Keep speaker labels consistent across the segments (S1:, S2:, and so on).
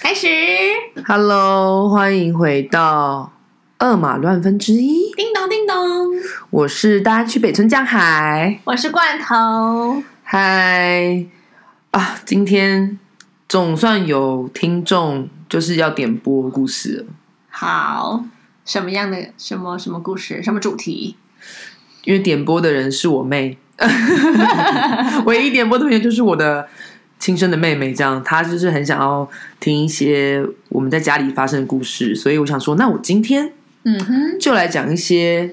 S1: 开始，
S2: Hello，欢迎回到二马乱分之一，
S1: 叮咚叮咚，
S2: 我是大安区北村江海，
S1: 我是罐头，
S2: 嗨啊！今天总算有听众就是要点播故事了，
S1: 好，什么样的什么什么故事，什么主题？
S2: 因为点播的人是我妹， 唯一点播的同学就是我的亲生的妹妹，这样她就是很想要听一些我们在家里发生的故事，所以我想说，那我今天
S1: 嗯哼，
S2: 就来讲一些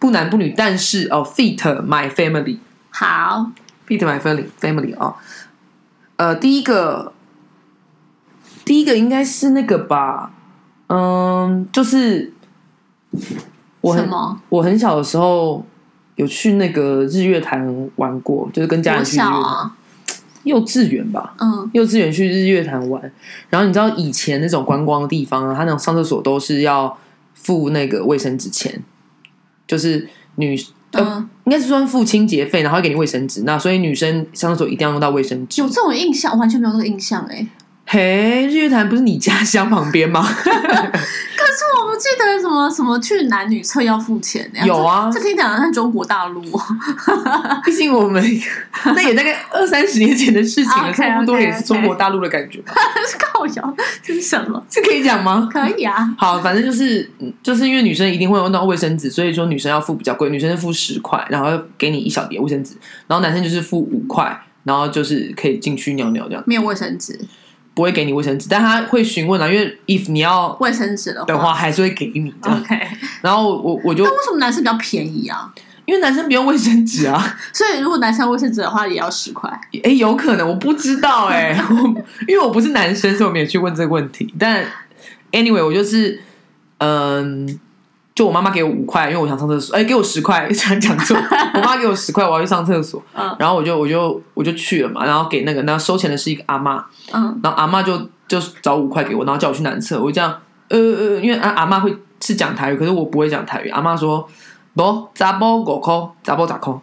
S2: 不男不女，但是哦，fit my family。
S1: 好，
S2: Fit My Family Family 哦，呃，第一个，第一个应该是那个吧，嗯，就是我
S1: 什
S2: 很
S1: 么？
S2: 我很小的时候有去那个日月潭玩过，就是跟家
S1: 国
S2: 人去日月
S1: 小
S2: 潭，
S1: 啊，
S2: 幼稚园吧，
S1: 嗯，
S2: 幼稚园去日月潭玩，然后你知道以前那种观光的地方啊，它那种上厕所都是要付那个卫生纸钱，就是女呃、
S1: 嗯
S2: 应该是算付清洁费，然后会给你卫生纸。那所以女生上厕所一定要用到卫生纸
S1: 有。这种印象，完全没有这个印象哎、
S2: 嘿，日月潭不是你家乡旁边吗？
S1: 可是哦我不记得什么什么去男女厕要付钱的、
S2: 有啊
S1: 这这听起来好像中国大陆 哦。
S2: 毕竟我们那也大概二三十年前的事 情了，
S1: OK，OK，OK
S2: 差不多也是中国大陆的感觉吧。
S1: 靠摇这是什么？
S2: 这可以讲吗？
S1: 可以啊，
S2: 好，反正就是嗯就是因为女生一定会用到卫生纸，所以说女生要付比较贵，女生是付十块，然后要给你一小叠卫生纸，然后男生就是付五块，然后就是可以进去尿尿这样，
S1: 没有卫生纸，
S2: 不会给你卫生纸，但他会询问啊，因为 if 你要
S1: 卫生纸的
S2: 的话，还是会给你这样。
S1: OK，
S2: 然后我我就
S1: 那为什么男生比较便宜啊？
S2: 因为男生不用卫生纸啊，
S1: 所以如果男生要卫生纸的话，也要十块。
S2: 哎，有可能我不知道哎、我因为我不是男生，所以我没有去问这个问题。但 anyway，我就是嗯，就我妈妈给我五块，因为我想上厕所，哎，给我十块， 想讲错，我妈给我十块，我要去上厕所，
S1: 嗯
S2: 然后我就我就我就去了嘛，然后给那个，然后收钱的是一个阿妈，
S1: 嗯，
S2: 然后阿妈就就找五块给我，然后叫我去男厕，我就这样，呃呃，因为阿阿妈会是讲台语，可是我不会讲台语。阿妈说：“不，杂包五块，杂包咋扣？”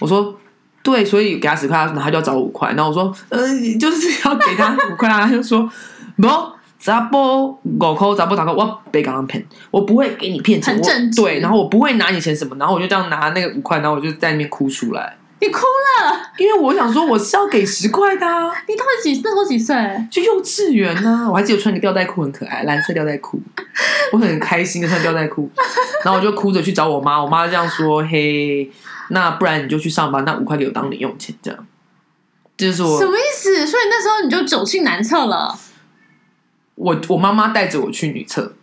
S2: 我说：“对，所以给他十块，然后他就要找我五块。”然后我说：“呃，就是要给他五块。”啊他就说：“不，杂包五块，杂包咋扣？我被刚刚骗，我不会给你骗钱，
S1: 很
S2: 我
S1: 正直
S2: 对，然后我不会拿你钱什么，然后我就这样拿那个五块，然后我就在那边哭出来，
S1: 你哭了？
S2: 因为我想说我是要给十块的、啊。”
S1: 你到底几那时候几岁？
S2: 就幼稚园呢、我还记得我穿个吊带裤很可爱，蓝色吊 带裤，我很开心的穿吊带裤，然后我就哭着去找我妈，我妈就这样说：“嘿，那不然你就去上班，那五块给我当零用钱，这样。”这就是
S1: 什
S2: 我
S1: 么意思？所以那时候你就走去男厕了，
S2: 我我妈妈带着我去女厕，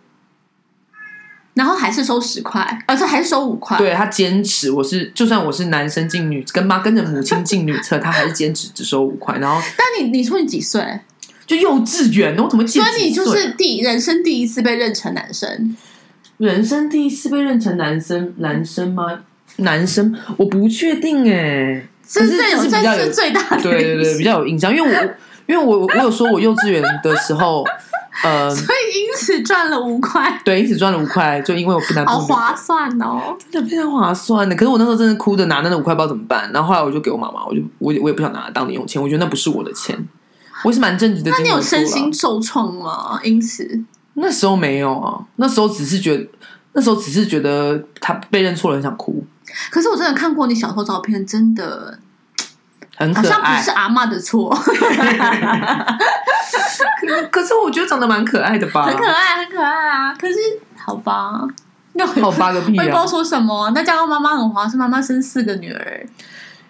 S1: 然后还是收十块，而且还是收五块。，
S2: 对她坚持我是就算我是男生进女跟妈跟着母亲进女厕，她还是坚持只收五块，然后
S1: 但你你说你几岁？
S2: 就幼稚园，我怎么记
S1: 所
S2: 得
S1: 以你
S2: 几岁
S1: 就是第人生第一次被认成男生。
S2: 人生第一次被认成男生男生吗？男生我不确定哎、
S1: 这
S2: 可
S1: 最
S2: 是
S1: 有
S2: 是
S1: 这
S2: 比较有
S1: 是最大的
S2: 对对
S1: 影
S2: 对，
S1: 响
S2: 比较有印象，因为我因为我我有说我幼稚园的时候，呃，
S1: 所以因此赚了五块，
S2: 对，因此赚了五块，就因为我不男不
S1: 好
S2: 女，
S1: 划算哦！
S2: 真的非常划算的。可是我那时候真的哭着拿那个五块，不知道怎么办。然后后来我就给我妈妈，我就我也我也不想拿它当零用钱，我觉得那不是我的钱，我是蛮正直的。
S1: 那你有身心？受创吗？因此，
S2: 那时候没有啊，那时候只是觉得。那时候只是觉得他被认错了，很想哭，
S1: 可是我真的看过你小时候照片，真的
S2: 很
S1: 好
S2: 可
S1: 像
S2: 爱
S1: 不是。阿嬷的错，
S2: 可是我觉得长得蛮可爱的吧？
S1: 很可爱，很可爱啊！可是好吧，那我也不
S2: 好八个屁
S1: 我也不知
S2: 啊
S1: 道！说什么。那加上妈妈很划算，妈妈生四个女儿，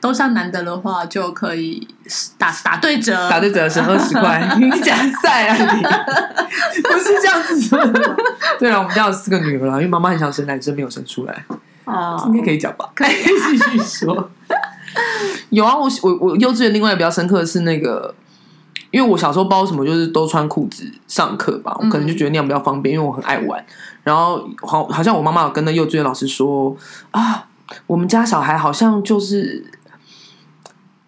S1: 都像男的的话，就可以打打对折，
S2: 打对折省二十块，你假赛啊你！ 不是这样子说的。对啊了，我们家有四个女儿啦，因为妈妈很想生男生，没有生出来，
S1: 哦
S2: 应该可以 讲吧？可以继续说。有啊，我我我幼稚园另外一个比较深刻的是那个，因为我小时候不知道什么，就是都穿裤子上课吧，我可
S1: 嗯
S2: 能就觉得那样比较方便，因为我很爱玩。然后好好像我妈妈有跟那幼稚园老师说啊，我们家小孩好像就是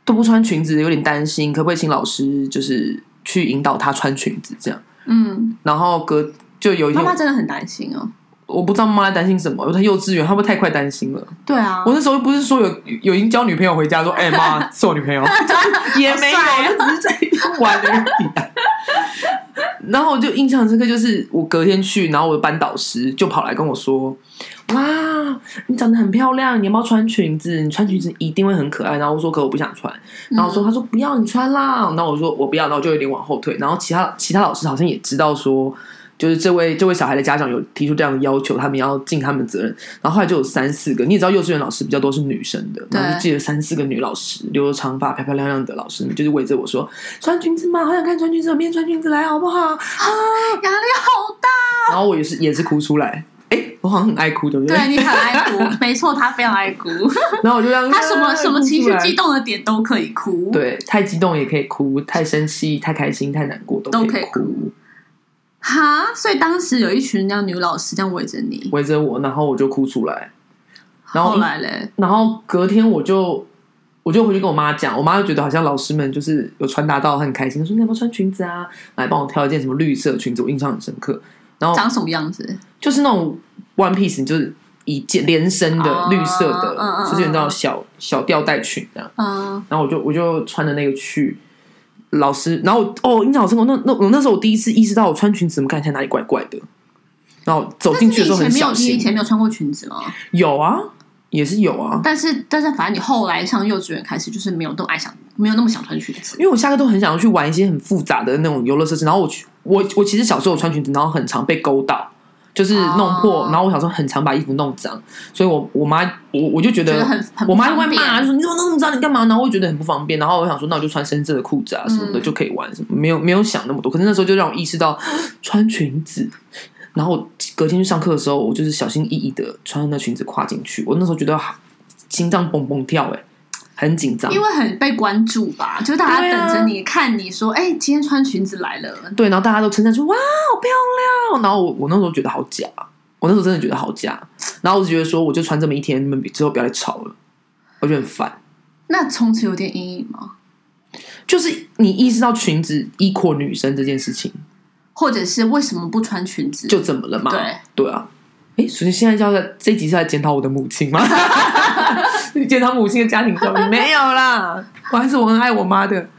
S2: 都不穿裙子，有点担心，可不可以请老师就是去引导他穿裙子这样？
S1: 嗯，
S2: 然后隔就有一
S1: 妈
S2: 天，
S1: 妈真的很担心哦。
S2: 我不知道妈妈在担心什么，因为她幼稚园，她会不会太快担心了？
S1: 对啊，
S2: 我那时候又不是说有有已经交女朋友回家说，哎、妈
S1: 啊
S2: 是我女朋友，就是也没有，
S1: 好帅
S2: 就只是在玩而已啊、 然后我就印象深刻，就是我隔天去，然后我的班导师就跑来跟我说：“哇，你长得很漂亮，你要不要穿裙子？你穿裙子一定会很可爱。”然后我说：“可我不想穿。”然后我说：“他说不要你穿啦。”然后我说：“我不要。”然后我就有点往后退。然后其他其他老师好像也知道说，就是这位这位小孩的家长有提出这样的要求，他们要尽他们的责任。然后后来就有三四个，你也知道幼稚园老师比较多是女生的，然后就记得三四个女老师，留着长发、漂漂亮亮的老师们，就是围着我说：“穿裙子嘛，好想看穿裙子，我们也穿裙子来好不好？”
S1: 压力好大。
S2: 然后我也是也是哭出来。哎、我好像很爱哭， 对不对？
S1: 对你很爱哭，没错，他非常爱 哭，
S2: 然后我就啊让
S1: 他什么什么情绪激
S2: 动，
S1: 动的点都可以哭。，
S2: 哎对，太激动也可以哭，太生气、太开心、太难过都
S1: 都
S2: 可
S1: 可
S2: 以
S1: 以
S2: 哭。
S1: 哈，所以当时有一群那样女老师这样围着你，
S2: 围着我，然后我就哭出来。然后
S1: 后来嘞，
S2: 然后隔天我就我就回去跟我妈讲，我妈就觉得好像老师们就是有传达到很开心，说你要不要穿裙子啊？来帮我挑一件什么绿色的裙子，我印象很深刻。然后
S1: 长什么样子？
S2: 就是那种 one piece，就是一件连身的
S1: 哦
S2: 绿色的，
S1: 嗯嗯
S2: 就是你知道
S1: 嗯
S2: 小小吊带裙啊这样。
S1: 嗯，
S2: 然后我就我就穿着那个去老师，然后哦，印象好深刻。那那我那时候我第一次意识到我穿裙子怎么看起来哪里怪怪的。然后走进去的时候很
S1: 但是你以前没
S2: 小
S1: 有，你以
S2: 心，
S1: 前没有穿过裙子吗？
S2: 有啊，也是有啊，
S1: 但是但是反正你后来上幼稚园开始，就是没有那么爱想，没有那么想穿裙子。
S2: 因为我下课都很想要去玩一些很复杂的那种游乐设施。然后我去，我我其实小时候我穿裙子，然后很常被勾到，就是弄破。
S1: 哦
S2: 然后我小时候很常把衣服弄脏，所以我我妈我我就觉得
S1: 觉得很很不
S2: 我妈就会
S1: 方便
S2: 骂，就说啊你怎么弄那么脏，你干嘛？然后我就觉得很不方便。然后我想说，那我就穿深色的裤子啊什么的、
S1: 嗯
S2: 就可以玩，什么没有没有想那么多。可是那时候就让我意识到穿裙子。然后隔天去上课的时候，我就是小心翼翼的穿那裙子跨进去。我那时候觉得啊心脏蹦蹦跳、欸，很紧张。
S1: 因为很被关注吧，就是大
S2: 对
S1: 家
S2: 啊
S1: 等着你、看你说，哎、今天穿裙子来了，
S2: 对，然后大家都称赞说哇，好漂亮。然后我我那时候觉得好假，我那时候真的觉得好假。然后我就觉得说，我就穿这么一天，你们之后不要再吵了，我觉得很烦。
S1: 那从此有点阴影吗？
S2: 就是你意识到裙子 equal 女生这件事情，
S1: 或者是为什么不穿裙子？
S2: 就怎么了嘛？
S1: 对，
S2: 啊。哎，所以现在就要在这一集是在检讨我的母亲吗？ 检讨母亲的家庭教 育没有啦，我还是我很爱我妈的。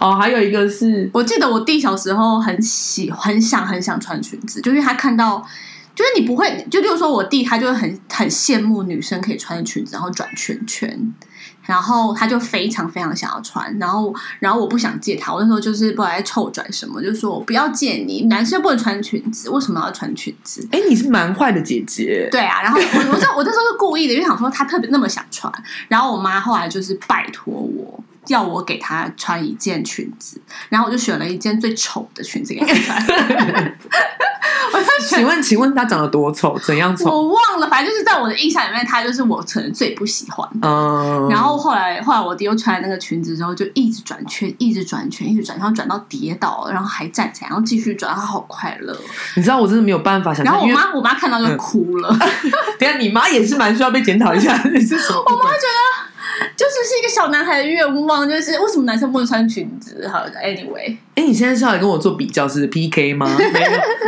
S2: 哦，还有一个是
S1: 我记得我弟小时候很喜很想很想穿裙子，就是他看到。就是你不会，就例如说，我弟他就会很很羡慕女生可以穿裙子，然后转圈圈，然后他就非常非常想要穿，然后然后我不想借他，我那时候就是不知道在臭拽什么，就说我不要借你，男生不能穿裙子，为什么要穿裙子？
S2: 哎，你是蛮坏的姐姐，
S1: 对啊，然后我我这我那时候是故意的，因为想说他特别那么想穿，然后我妈后来就是拜托我。要我给她穿一件裙子，然后我就选了一件最丑的裙子给她穿，
S2: 请问请问她长得多丑？怎样丑？
S1: 我忘了，反正就是在我的印象里面，她就是我可能最不喜欢。
S2: 嗯，
S1: 然后后来后来我弟又穿了那个裙子之后，就一直转圈，一直转圈，一直转，然后转到跌倒了，然后还站起来，然后继续转，她好快 乐。哦
S2: 你知道我真的没有办法想
S1: 然
S2: 象，
S1: 后我
S2: 因为嗯
S1: 妈我妈看到就哭了。
S2: 等一下你妈也是蛮需要被检讨一下，你是什么？我妈觉
S1: 就是是一个小男孩的愿望，就是为什么男生不能穿裙子？好的，anyway，
S2: 得，哎、你现在是要来跟我做比较是 PK 吗？没有，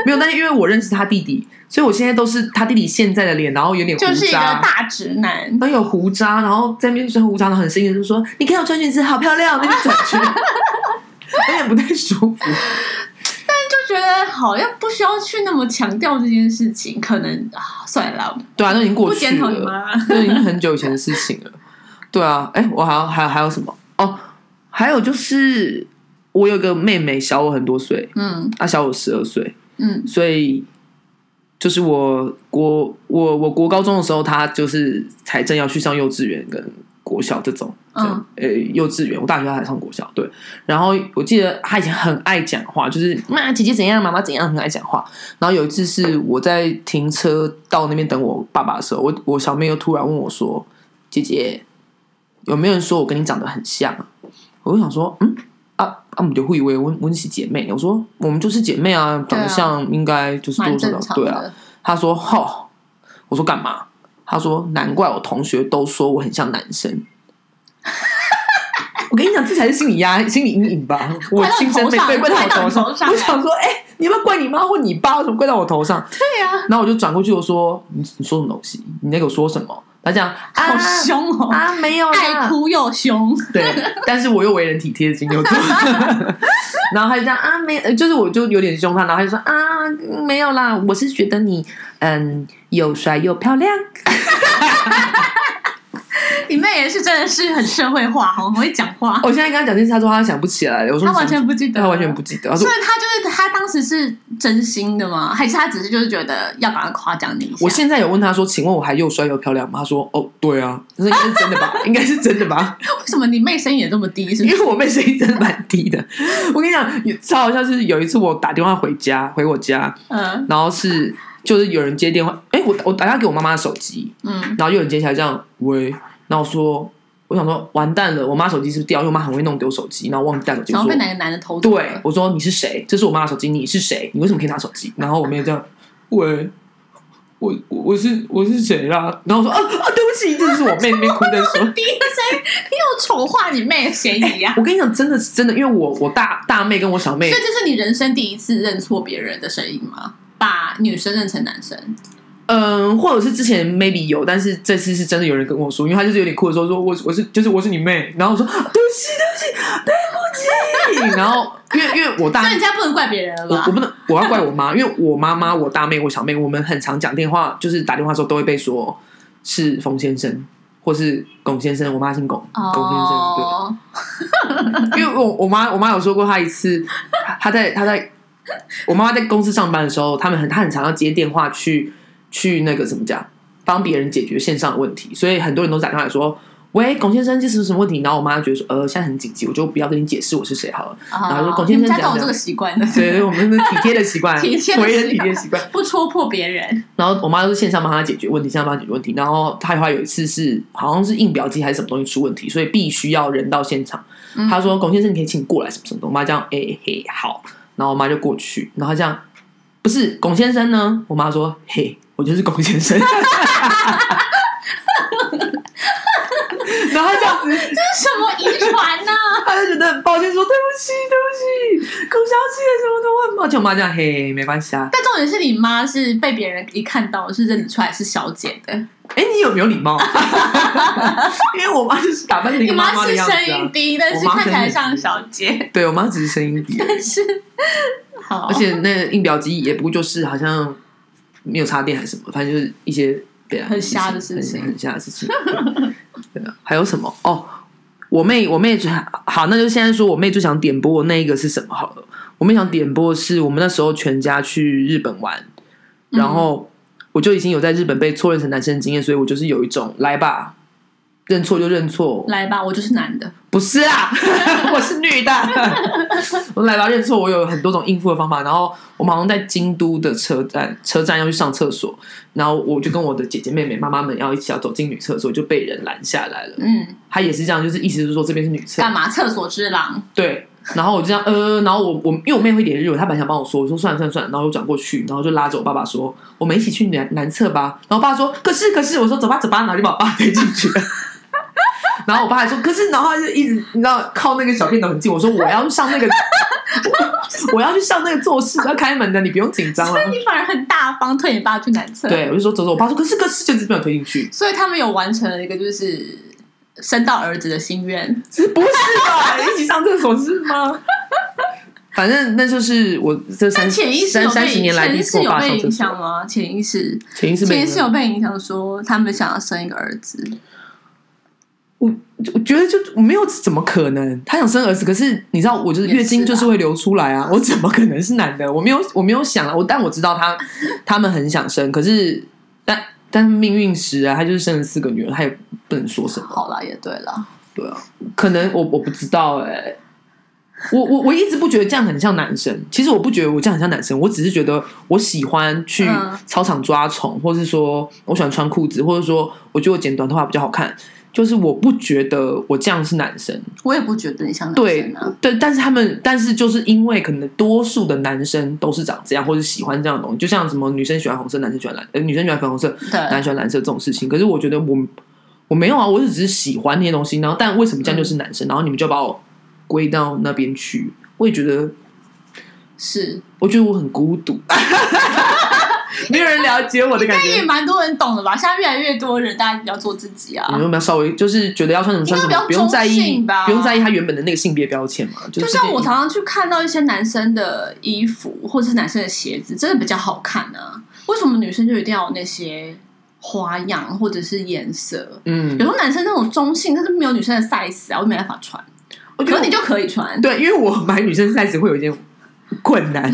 S2: 没有，但是因为我认识他弟弟，所以我现在都是他弟弟现在的脸，然后有点胡
S1: 就是一个
S2: 渣。
S1: 大直男。
S2: 然后有胡渣，然后在那边穿胡渣，然后很生气地就说：“你看我穿裙子好漂亮。”那个转圈， 有点不太舒服。
S1: 就觉得好像不需要去那么强调这件事情，可能啊，算了啦，
S2: 对啊，都已经过
S1: 不
S2: 去
S1: 检讨你
S2: 了。
S1: 妈。
S2: 那已经很久以前的事情了。对啊，哎、我还有还有还有什么？哦，还有就是我有个妹妹，小我很多岁，
S1: 嗯
S2: 她小我十二岁，
S1: 嗯，
S2: 所以就是我国我我国高中的时候，她就是才正要去上幼稚园跟国小这种，
S1: 嗯
S2: 呃、幼稚园，我大学还上国小，对。然后我记得她以前很爱讲话，就是妈姐姐怎样，妈妈怎样，很爱讲话。然后有一次是我在停车到那边等我爸爸的时候，我我小妹又突然问我说：“姐姐，有没有人说我跟你长得很像啊？”我就想说，嗯。啊啊！我们就会以为我我们是姐妹，我说我们就是姐妹啊，
S1: 对
S2: 长得
S1: 啊
S2: 像应该就是多
S1: 蛮
S2: 多少
S1: 正
S2: 少
S1: 常
S2: 对啊。
S1: 的。
S2: 他说：“吼、我说：“干嘛？”他说：“难怪我同学都说我很像男生。” 我跟你讲，这才是心理压心理阴影吧？我
S1: 怪到
S2: 亲身
S1: 头
S2: 被
S1: 上
S2: 被怪到我
S1: 怪到你
S2: 头
S1: 头上
S2: 我想说，哎、你要不要怪你妈或你爸？为什么怪到我头上？
S1: 对呀、啊，
S2: 然后我就转过去，我说：“你你说什么东西？你在给我说什么？”他讲
S1: 好
S2: 啊
S1: 凶哦，
S2: 啊没有
S1: 爱
S2: 啦，
S1: 哭又凶，
S2: 对，但是我又为人体贴的金 牛座，然后他就这样啊没，呃就是我就有点凶他，然后他就说啊没有啦，我是觉得你嗯又帅又漂亮，
S1: 你妹也是真的是很社会化，好很会讲话，
S2: 我现在跟他讲这事，他说他想不起来了，我说
S1: 她
S2: 你想
S1: 完全不记得，
S2: 他完全不。记得，他说
S1: 所以她 就是啊她当时是真心的吗？还是她只是就是觉得要赶快夸奖你一下？
S2: 我现在有问他说：“请问我还又帅又漂亮吗？”他说：“哦，对啊，这应该是真的 吧，应该是真的吧，
S1: 为什么你妹声音也这么低？是不
S2: 因
S1: 是？
S2: 为我妹声音真的蛮低的。我跟你讲，超好笑是有一次我打电话回家，回我家，
S1: 嗯
S2: 然后是就是有人接电话，哎，我我打电话给我妈妈的手机，
S1: 嗯，
S2: 然后有人接起来这样喂，然后我说我想说完蛋了，我妈手机是不是掉？因为我妈很会弄丢手机，然后忘记带手机，
S1: 然
S2: 我
S1: 后
S2: 说
S1: 被哪个男的偷走了。
S2: 对，我说你是谁？这是我妈的手机，你是谁？你为什么可以拿手机？然后我妹这样，喂，我我我是我是谁啦？然后我说啊啊，对不起，这是我妹那边哭着说
S1: 第一个声音，你有丑化你妹的嫌疑啊！
S2: 我跟你讲，真的是真的，因为我我大大妹跟我小妹
S1: 所以，这是你人生第一次认错别人的声音吗？把女生认成男生，
S2: 嗯、或者是之前 maybe 有，但是这次是真的有人跟我说，因为她就是有点哭的时候说，我我是就是我是你妹，然后我说啊对不起，对不起，对不起，然后因为因为我大
S1: 所以你现在不能怪别人了
S2: 我
S1: 吧
S2: 我？不能，我要怪我妈，因为我妈妈、我大妹、我小妹，我们很常讲电话，就是打电话的时候都会被说是冯先生或是龚先生。我妈姓龚，龚先生。
S1: 哦，
S2: 对，因为我我妈我妈有说过，她一次，她在她在我妈妈在公司上班的时候，他们很她很常要接电话去去那个怎么讲，帮别人解决线上的问题，所以很多人都打电话来说。喂，龚先生，这是什么问题？然后我妈觉得说，呃，现在很紧急，我就不要跟你解释我是谁好了。
S1: 然
S2: 后说龚
S1: 哦你
S2: 先生
S1: 们家
S2: 讲
S1: 都有
S2: 的
S1: 这个习惯的，
S2: 对，对我们是体贴的习 惯，
S1: 体贴的
S2: 为人
S1: 习
S2: 体贴
S1: 惯
S2: 的习惯。
S1: 不戳破别 人。
S2: 然后我妈都是线上帮她解决问题，线上帮她解决问题。然后她后来有一次是好像是印表机还是什么东西出问题，所以必须要人到现场。
S1: 嗯
S2: 她说：“龚先生，你可以请过来什么什么的。”我妈这样，哎、嘿好。然后我妈就过去，然后她这样，不是龚先生呢？我妈说：“嘿，我就是龚先生。” 然后她这样子，
S1: 这是什么遗传呢？
S2: 她就觉得很抱歉，说：“对不起，对不起，龚小姐，什么都很抱歉。”我妈这样，嘿，没关系啊。
S1: 但重点是你妈是被别人一看到是认得出来是小姐的，
S2: 哎、你有没有礼貌？ 因为我妈就是打扮成一
S1: 你
S2: 个妈
S1: 妈
S2: 妈的
S1: 是
S2: 样子、
S1: 声音
S2: 啊。
S1: 低，但是
S2: 我妈
S1: 看起来
S2: 声音
S1: 像小姐，
S2: 对我妈只是声音低而已，
S1: 但是好，
S2: 而且那个印表机也不就是好像没有插电还是什么，反正就是一些对啊
S1: 很瞎的事情
S2: 很很瞎的事情。对啊，还有什么？哦，我妹，我妹最好，那就现在说我妹最想点播的那一个是什么好了。我妹想点播的是我们那时候全家去日本玩，然
S1: 嗯
S2: 后我就已经有在日本被错认成男生的经验，所以我就是有一种来吧，认错就认错，
S1: 来吧，我就是男的，
S2: 不是啊，我是女的。我来吧，认错，我有很多种应付的方法。然后我们好像在京都的车站，车站要去上厕所，然后我就跟我的姐姐、妹妹、妈妈们要一起要走进女厕所，就被人拦下来了。
S1: 嗯，
S2: 她也是这样，就是意思是说这边是女厕，
S1: 干嘛？厕所之狼，
S2: 对。然后我就这样，呃，然后我我因为我妹会点日文，她本来想帮我说，我说算了算了算了，然后我转过去，然后就拉着我爸爸说，我们一起去男男厕吧。然后我爸说，可是可是，我说走吧走吧，然后就把我爸推进去 了。然后我爸还说，可是，然后他就一直你知道靠那个小便斗很近，我说我要上那个， 我我要去上那个做事要开门的，你不用紧张了。
S1: 你反而很大方，推你爸去男厕，，
S2: 对，我就说走走，我爸说可是可是，就是被我推进去，
S1: 所以他们有完成了一个就是生到儿子的心愿，
S2: 是不是吧？一起上厕所是吗？反正那就是我这三
S1: 但潜意识
S2: 三
S1: 有
S2: 三
S1: 被
S2: 十年来
S1: 潜
S2: 第
S1: 意
S2: 一次
S1: 识
S2: 我
S1: 有
S2: 爸上
S1: 被
S2: 厕
S1: 影
S2: 所。
S1: 响吗？潜意识，
S2: 潜意识
S1: 潜
S2: 被
S1: 意识有被影响，说他们想要生一个儿子，
S2: 我我觉得就我没有怎么可能，他想生儿子，可是你知道，我就是
S1: 也是
S2: 月经就是会流出 来啊，我怎么可能是男的？我没有我没有想啊，我但我知道他他们很想生，可是但但命运使然，他就是生了四个女儿，他也不能说什么，
S1: 好了，也对了，
S2: 对啊，可能我我不知道哎、我我我一直不觉得这样很像男生，其实我不觉得我这样很像男生，我只是觉得我喜欢去
S1: 嗯
S2: 操场抓虫，或是说我喜欢穿裤子，或者说我觉得我剪短头发比较好看，就是我不觉得我这样是男生。
S1: 我也不觉得你像男
S2: 对
S1: 生啊。
S2: 对，但是他们，但是就是因为可能多数的男生都是长这样，或者喜欢这样的东西，就像什么女生喜欢红色，男生喜欢蓝，呃，女生喜欢粉红色，
S1: 对，
S2: 男生喜欢蓝色这种事情。可是我觉得我我没有啊，我只是喜欢那些东西。然后，但为什么这样就是男生？然后你们就把我归到那边去，我也觉得，
S1: 是
S2: 我觉得我很孤独。 没有人了解我的感
S1: 但
S2: 觉
S1: 也。蛮多人懂的吧？现在越来越多人，大家比较做自己
S2: 你
S1: 啊。
S2: 们要稍微就是觉得要穿什么穿什
S1: 应该
S2: 么，
S1: 比
S2: 不
S1: 较
S2: 用在
S1: 中
S2: 意，
S1: 性吧
S2: 不用在意他原本的那个性别标签嘛。就
S1: 就是像我常常去看到一些男生的衣服或者是男生的鞋子，真的比较好看啊。为什么女生就一定要有那些花样或者是颜色？
S2: 嗯
S1: 有，时候男生那种中性，但是没有女生的 size 啊，我就没办法穿。
S2: 我觉
S1: 可
S2: 得
S1: 是你就可以穿，
S2: 对，因为我买女生 size 会有一点困难，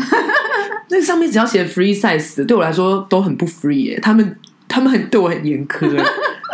S2: 那上面只要写 free size，的对我来说都很不 free 耶、他们他们很对我很严苛、啊，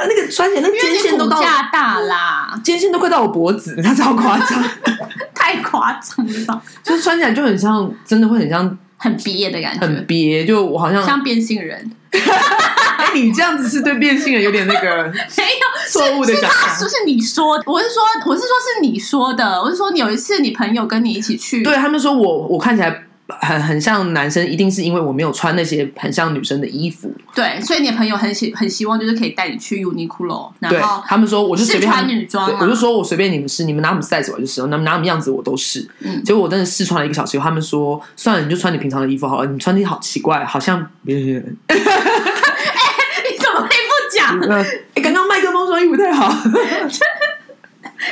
S2: 那个穿起来那个
S1: 因为
S2: 肩线
S1: 你
S2: 都
S1: 骨
S2: 到
S1: 架大 啦，
S2: 肩线都快到我脖子，他超夸张，
S1: 太夸张了，
S2: 就是穿起来就很像，真的会很像
S1: 很憋的感
S2: 很
S1: 觉，
S2: 憋，就我好像
S1: 像变性人。
S2: 哎、你这样子是对变性人有点那个
S1: 没有
S2: 错误的
S1: 是
S2: 想
S1: 他是
S2: 象
S1: 不。是你说的？我是说，我是说是你说的。我是说，你有一次你朋友跟你一起去，
S2: 对他们说我我看起来很很像男生，一定是因为我没有穿那些很像女生的衣服。
S1: 对，所以你的朋友很希很希望就是可以带你去 Uniqlo，
S2: 对
S1: 然后
S2: 他们说我就随
S1: 试
S2: 便他
S1: 穿
S2: 们。
S1: 女装
S2: 对
S1: 啊，
S2: 我就说我随便你们试，你们拿什么 size 我就试，拿拿什么样子我都试。
S1: 嗯
S2: 结果我真的试穿了一个小时以后，他们说算了，你就穿你平常的衣服好了，你穿的好奇怪，好像别人。
S1: 你怎么会不讲？
S2: 呃 哎，刚刚麦克风说衣服太好，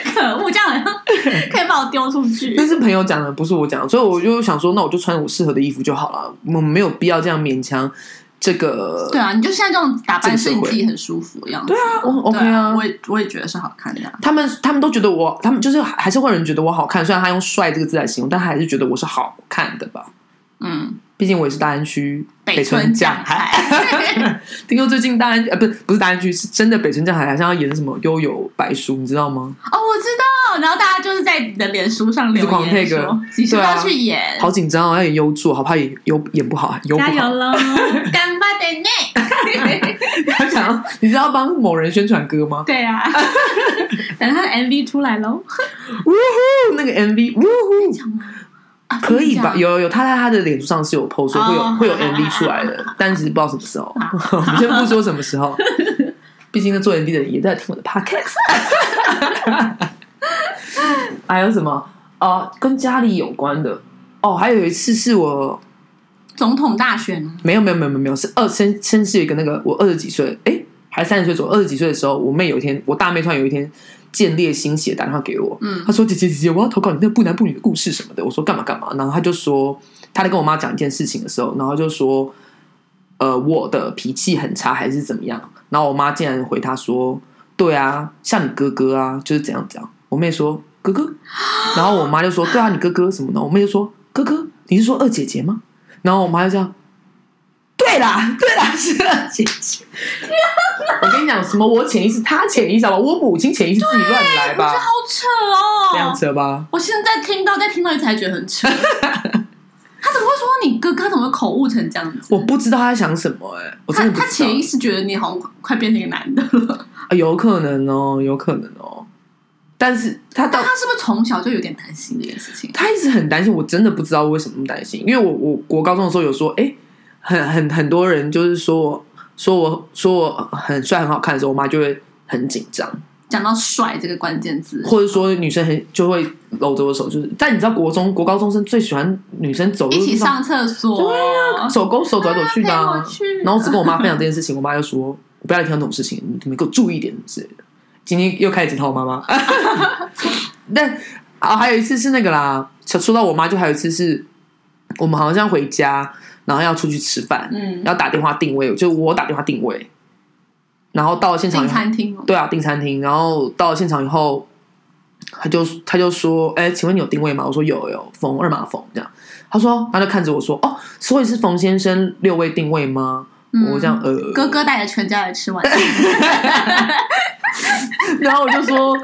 S1: 可恶，这样好像可以把我丢出 去。
S2: 但是朋友讲的，不是我讲的，所以我就想说，那我就穿我适合的衣服就好了，我们没有必要这样勉强这个。
S1: 对啊，你就现在这种打
S2: 这个
S1: 扮
S2: 社
S1: 是你
S2: 会
S1: 自己很舒服的样子。
S2: 对啊，我 OK
S1: 对
S2: 啊
S1: 我，也我也觉得是好看的啊、
S2: 他们他们都觉得我，他们就是还是会有人觉得我好看，虽然他用帅这个字来形容，但他还是觉得我是好看的吧。
S1: 嗯，
S2: 毕竟我也是大安区
S1: 北
S2: 村
S1: 村
S2: 酱
S1: 酱
S2: 海。
S1: 海，
S2: 听说最近大安呃不是不是大安区，是真的北村酱海好像要演什么悠游白书，你知道吗？
S1: 哦，我知道。然后大家就是在你的脸书上留
S2: 一直狂
S1: 言
S2: tag
S1: 说，你是不
S2: 对啊
S1: 要去演，
S2: 好紧张哦，要演优助，好怕演优演不好，优不
S1: 加
S2: 好。
S1: 油喽， 干巴的呢。
S2: 他想要，你知道帮某人宣传歌吗？
S1: 对啊， 等他的 MV 出来喽，
S2: 呜呼，那个
S1: 哎
S2: MV 呜呼，
S1: 讲吗？啊
S2: 可以
S1: 不
S2: 吧？？
S1: 能
S2: 有有有，他在他的脸书上是有 PO 说会有、
S1: 哦
S2: 会有 MV 出来的，但是不知道什么时候。 我们先不说什么 时候，毕竟那做 MV 的人也在听我的 podcast。还有什么？哦，跟家里有关的。哦，还有一次是我
S1: 讲总统大选啊
S2: 没有没有没有没有没有，是二先先是一个那个我二十几岁，哎，还三十岁左右，二十几岁的时候，我妹有一天，我大妹突然有一天见猎心血打电话给我，
S1: 嗯
S2: 她说姐姐姐姐，我要投稿你那不男不女的故事什么的，我说干嘛干嘛，然后她就说她在跟我妈讲一件事情的时候，然后就说，呃，我的脾气很差还是怎么样，然后我妈竟然回她说，对啊，像你哥哥啊，就是怎样怎样，我妹说哥哥，然后我妈就说对啊，你哥哥什么的，我妹就说哥哥，你是说二姐姐吗？然后我妈就这样。对啦，对啦，是二姐姐。我跟你讲，什么我潜意识，他潜意识好吧，我母亲潜意识自己乱来
S1: 我觉得
S2: 吧
S1: 好，扯
S2: 这样
S1: 哦。
S2: 扯吧。
S1: 啊我现在听到再听到一次还觉得很扯。 他怎么会说你哥哥？他怎么会口误成这样子？
S2: 我不知道他在想什么、哎，我真
S1: 他
S2: 的不
S1: 他
S2: 知道
S1: 潜意识觉得你好像快变成一个男的了，
S2: 啊有可能哦，有可能哦。 但是他到
S1: 但他是不是从小就有点担心这件事情？
S2: 他一直很担心，我真的不知道为什么那么担心，因为我我国高中的时候有说，哎、很很很多人就是说我说我说我很帅很好看的时候，我妈就会很紧张。
S1: 讲到帅这个关键字，
S2: 或者说女生很就会搂着我手，就是但你知道国中国高中生最喜欢女生走路
S1: 一起上
S2: 上
S1: 厕所，
S2: 手勾手走来走去的、
S1: 啊陪我去
S2: 然后我只跟我妈分享这件事情，我妈就说：“我不要来听到这种事情，你们给我注意一点之类的。”今天又开始检讨我妈妈。 但啊、还有一次是那个啦，说到我妈，就还有一次是我们好像回家，然后要出去吃饭，
S1: 嗯，
S2: 要打电话定位，就我打电话定位，然后到了现场
S1: 进
S2: 以后
S1: 餐厅哦，
S2: 对啊，订餐厅。然后到了现场以后，他就他就说：“哎、请问你有定位吗？”我说：“有有，冯二马冯这样。”他说，他就看着我说：“哦，所以是冯先生六位定位吗？”
S1: 嗯
S2: 我这样呃，
S1: 哥哥带着全家来吃晚餐，
S2: 然后我就说：“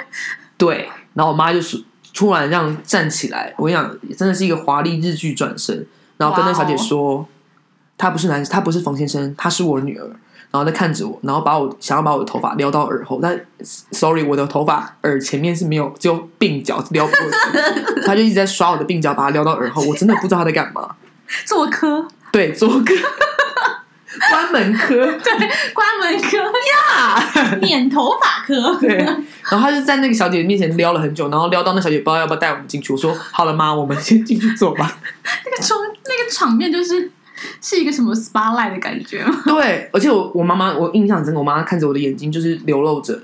S2: 对。”然后我妈就是突然这样站起来，我跟你讲，真的是一个华丽日剧转身，然后跟那小姐说：“他不是男，他不是冯先生，他是我女儿。”然后再看着我，然后把我想要把我的头发撩到耳后，但 sorry，我的头发耳前面是没有，只有鬓角是撩不过去，他就一直在刷我的鬓角，把它撩到耳后，我真的不知道他在干嘛。
S1: 做科
S2: 对，做科， 关门科，
S1: 关门科 呀，剪头发科，
S2: 对，然后他就在那个小姐面前撩了很久，然后撩到那小姐不知道要不要带我们进去。我说好了妈，我们先进去坐吧。
S1: 那个场那个场面就是是一个什么 spotlight 的感觉吗？
S2: 对，而且我我妈妈，我印象真的，我妈妈看着我的眼睛就是流露着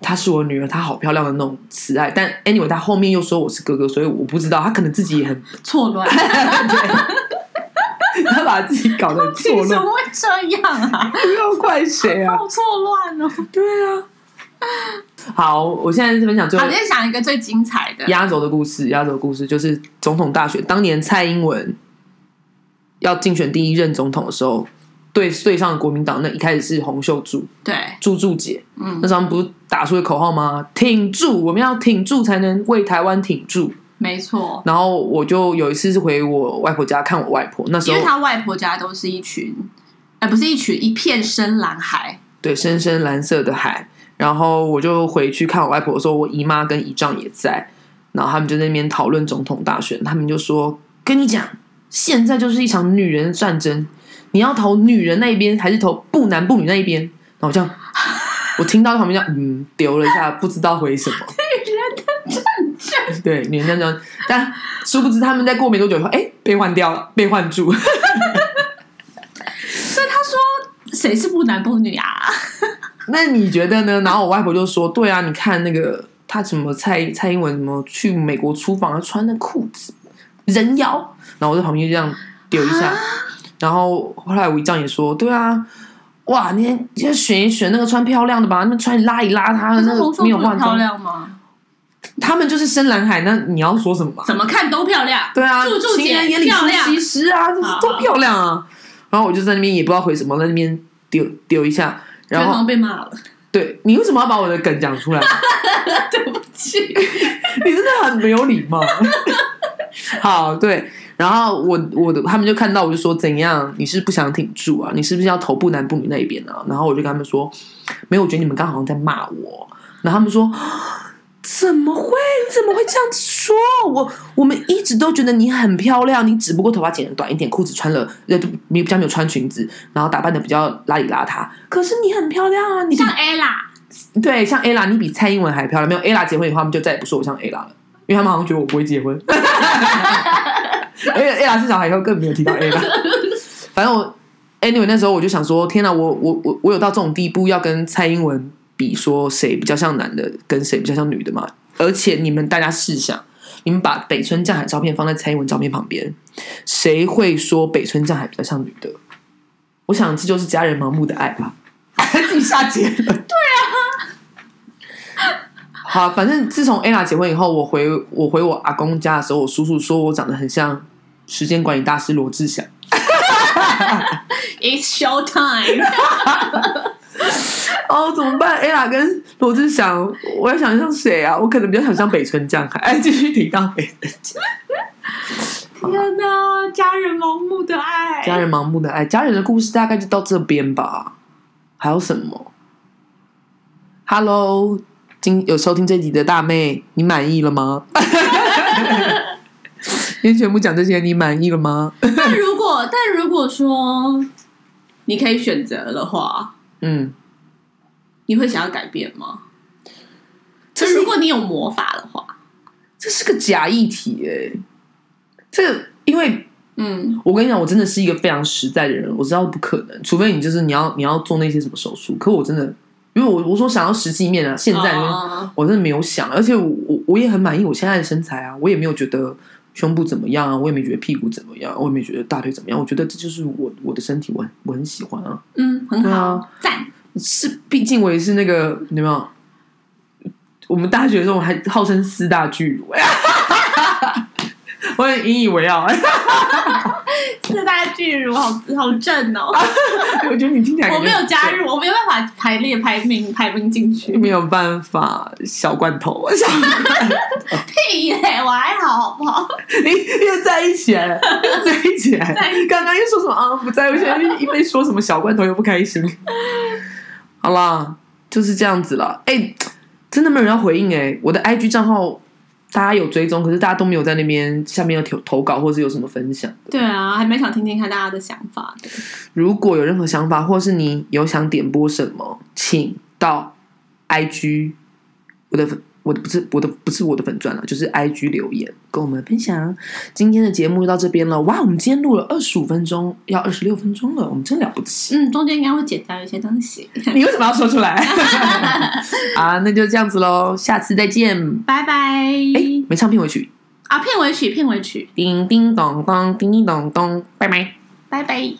S2: 她是我女儿，她好漂亮的那种慈爱。但 anyway，她后面又说我是哥哥，所以我不知道，她可能自己也很，
S1: 错乱，
S2: 她把 自己搞得很错
S1: 你怎
S2: 乱，
S1: 么会这样啊？
S2: 不要怪谁啊？
S1: 好错乱哦！
S2: 对啊。好，我现在是分享最后
S1: 好，再想一个最精彩的。
S2: 压轴的故事，压轴的故事就是总统大选，当年蔡英文要竞选第一任总统的时候，对对上国民党那一开始是洪秀柱
S1: 对，
S2: 柱柱姐，
S1: 嗯
S2: 那时候他们不是打出一个口号吗？挺住，我们要挺住才能为台湾挺住。
S1: 没错，
S2: 然后我就有一次是回我外婆家看我外婆，那时
S1: 因
S2: 候
S1: 为他外婆家都是一群，哎、不是一群，一片深蓝海。
S2: 对深深蓝色的海，然后我就回去看我外婆的时候，我姨妈跟姨丈也在，然后他们就在那边讨论总统大选，他们就说：“跟你讲，现在就是一场女人的战争，你要投女人那一边，还是投不男不女那一边？”然后我这 样，我听到旁边这样嗯，丢了一下，不知道回什么。对，女人战争，但殊不知他们在过没多久以后，哎，被换掉了，被换住。
S1: 所以他说谁是不男不女啊？
S2: 那你觉得呢？然后我外婆就说：“对啊，你看那个她什么蔡蔡英文什么去美国出访，她穿的裤子人妖。”然后我在旁边就这样丢一
S1: 啊
S2: 下。然后后来我一丈也说：“对啊，哇，你你要选一选那个穿漂亮的吧，那穿拉一拉她
S1: 可
S2: 呃那
S1: 是洪
S2: 个
S1: 秀
S2: 没有
S1: 柱很
S2: 化
S1: 漂
S2: 妆，
S1: 亮吗？
S2: 他们就是深蓝海，那你要说什么嘛？
S1: 怎么看都漂亮。
S2: 对啊，
S1: 柱柱姐
S2: 情人眼里
S1: 漂
S2: 出
S1: 亮
S2: 西施啊，这
S1: 好
S2: 多漂亮啊！”然后我就在那边也不知道回什么，在那边丢丢一下。然
S1: 觉得好
S2: 后
S1: 像被骂 了，
S2: 对你为什么要把我的梗讲出来？
S1: 对不起。
S2: 你真的很没有礼貌。好，对，然后我我的他们就看到我就说怎样，你是不想挺住啊？你是不是要投不男不女那一边啊？然后我就跟他们说，没有，我觉得你们刚好像在骂我。然后他们说，怎么会？你怎么会这样说？我我们一直都觉得你很漂亮，你只不过头发剪得短一点，裤子穿了呃你比较没有穿裙子，然后打扮的比较邋里邋遢。可是你很漂亮啊，你比
S1: 像 ella，
S2: 对，像 Ella，你比蔡英文还漂亮。没有 Ella 结婚以后，他们就再也不说我像 Ella 了，因为他们好像觉得我不会结婚。而且 Ella 生小孩以后更没有提到 Ella。反正我 anyway 那时候我就想说，天哪，我我我我有到这种地步要跟蔡英文比，说谁比较像男的，跟谁比较像女的嘛？而且你们大家试想，你们把北村匠海照片放在蔡英文照片旁边，谁会说北村匠海比较像女的？我想这就是家人盲目的爱吧， 自己下结论。好，反正自从 Ella 结婚以后，我回我回我阿公家的时候，我叔叔说我长得很像时间管理大师罗志祥。
S1: It's show time。
S2: 哦，怎么办？Ella 跟罗志祥，我要想像谁啊？我可能比较想像北村匠海。哎，继续提到北村
S1: 天哪，家人盲目的爱。
S2: 家人盲目的爱，家人的故事大概就到这边吧。还有什么？Hello，今有收听这集的大妹，你满意了吗？ 今天全部讲这些，你满意了吗？
S1: 但如果 但如果说你可以选择的话，
S2: 嗯。
S1: 你会想要改变吗？
S2: 这
S1: 就是如果你有魔法的话，
S2: 这是个假议题哎、这个因为
S1: 嗯，
S2: 我跟你讲，我真的是一个非常实在的人，我知道不可能，除非你就是你要你要做那些什么手术。可我真的，因为我我说想要实际面啊，现在、
S1: 哦
S2: 我真的没有想，而且我我我也很满意我现在的身材啊，我也没有觉得胸部怎么样啊，我也没觉得屁股怎么样，啊我也没觉得大腿怎么样，我觉得这就是我我的身体，我很我很喜欢啊。
S1: 嗯，很好
S2: 啊，
S1: 赞。
S2: 是，毕竟我也是那个，你有没有？我们大学的时候还号称四大巨乳， 我很引以为傲。
S1: 四大巨乳好好正哦！
S2: 我觉得你听起 来
S1: 我
S2: 感觉
S1: 没有
S2: 很
S1: 加
S2: 正，
S1: 入，我没有办法排列排名排名进去。
S2: 没有办法，小罐头， 小
S1: 屁嘞，我还好，好不好？
S2: 你 又在一起了，又在一起了
S1: 在一。
S2: 刚刚又说什么啊？不在乎，现在又一被说什么小罐头又不开心。 好啦，就是这样子啦。哎、真的没有人要回应哎、我的 IG 账号大家有追踪，可是大家都没有在那边下面有投投稿或是有什么分享。
S1: 对啊，还蛮想听听看大家的想法的。
S2: 如果有任何想法，或是你有想点播什么，请到 IG 我的我的不是我的不是我的粉钻啊了，就是 I G 留言跟我们分享。今天的节目就到这边了，哇，我们今天录了二十五分钟，要二十六分钟了，我们真了 不起。
S1: 嗯，中间应该会剪掉一些东西。
S2: 你为什么要说出来？啊，那就这样子喽，下次再见。
S1: 拜拜。
S2: 哎，没唱片尾曲，
S1: 啊，片尾曲，片尾曲，
S2: 叮叮咚咚，叮叮咚咚，拜拜。
S1: 拜拜。